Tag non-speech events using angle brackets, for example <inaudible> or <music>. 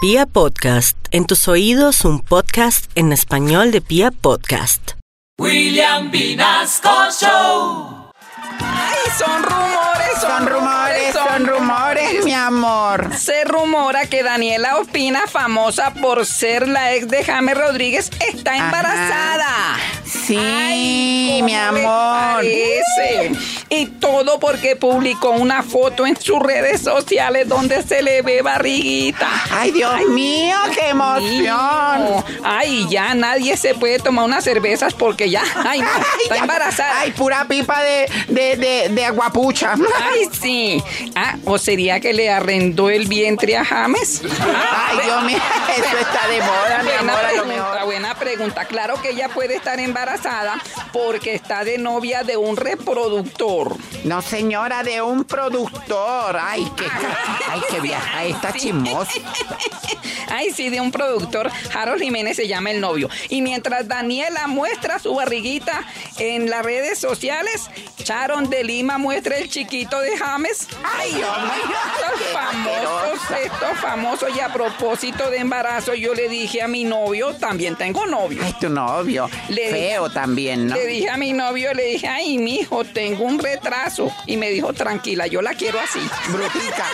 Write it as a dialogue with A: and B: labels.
A: Pia Podcast, en tus oídos un podcast en español de Pia Podcast.
B: William Vinasco Show.
C: Ay, son rumores,
D: Son rumores, son rumores, mi amor.
C: Se rumora que Daniela Opina, famosa por ser la ex de James Rodríguez, está embarazada.
D: Sí,
C: ¿Cómo
D: mi
C: les
D: amor.
C: parece? Y todo porque publicó una foto en sus redes sociales donde se le ve barriguita.
D: Ay, Dios mío, qué emoción.
C: Mío. Ay, ya nadie se puede tomar unas cervezas porque ya, ay,
D: <laughs>
C: no, está
D: ya-
C: embarazada.
D: Ay, pura pipa de, de, de, de aguapucha.
C: Ay, sí. Ah, ¿o sería que le arrendó el vientre a James?
D: <laughs> Ay, Dios mío, <laughs> eso está de moda, mi
C: Buena
D: amor, a lo
C: pregunta,
D: mejor.
C: buena pregunta. Claro que ella puede estar embarazada porque está de novia de un reproductor.
D: No, señora, de un productor. Ay, qué, ay, qué viaja, ay, está chismoso.
C: Ay, sí, de un productor. Harold Jiménez se llama el novio. Y mientras Daniela muestra su barriguita en las redes sociales, Sharon de Lima muestra el chiquito de James.
D: Ay, Dios mío, ay,
C: Estos
D: qué
C: famosos,
D: asquerosa.
C: estos famosos. Y a propósito de embarazo, yo le dije a mi novio, también tengo novio.
D: Ay, tu novio.
C: Le-
D: Feo también, ¿no?
C: Le dije a mi novio, le dije, ay, mijo, tengo un retraso. Y me dijo, tranquila, yo la quiero así.
D: Brutica.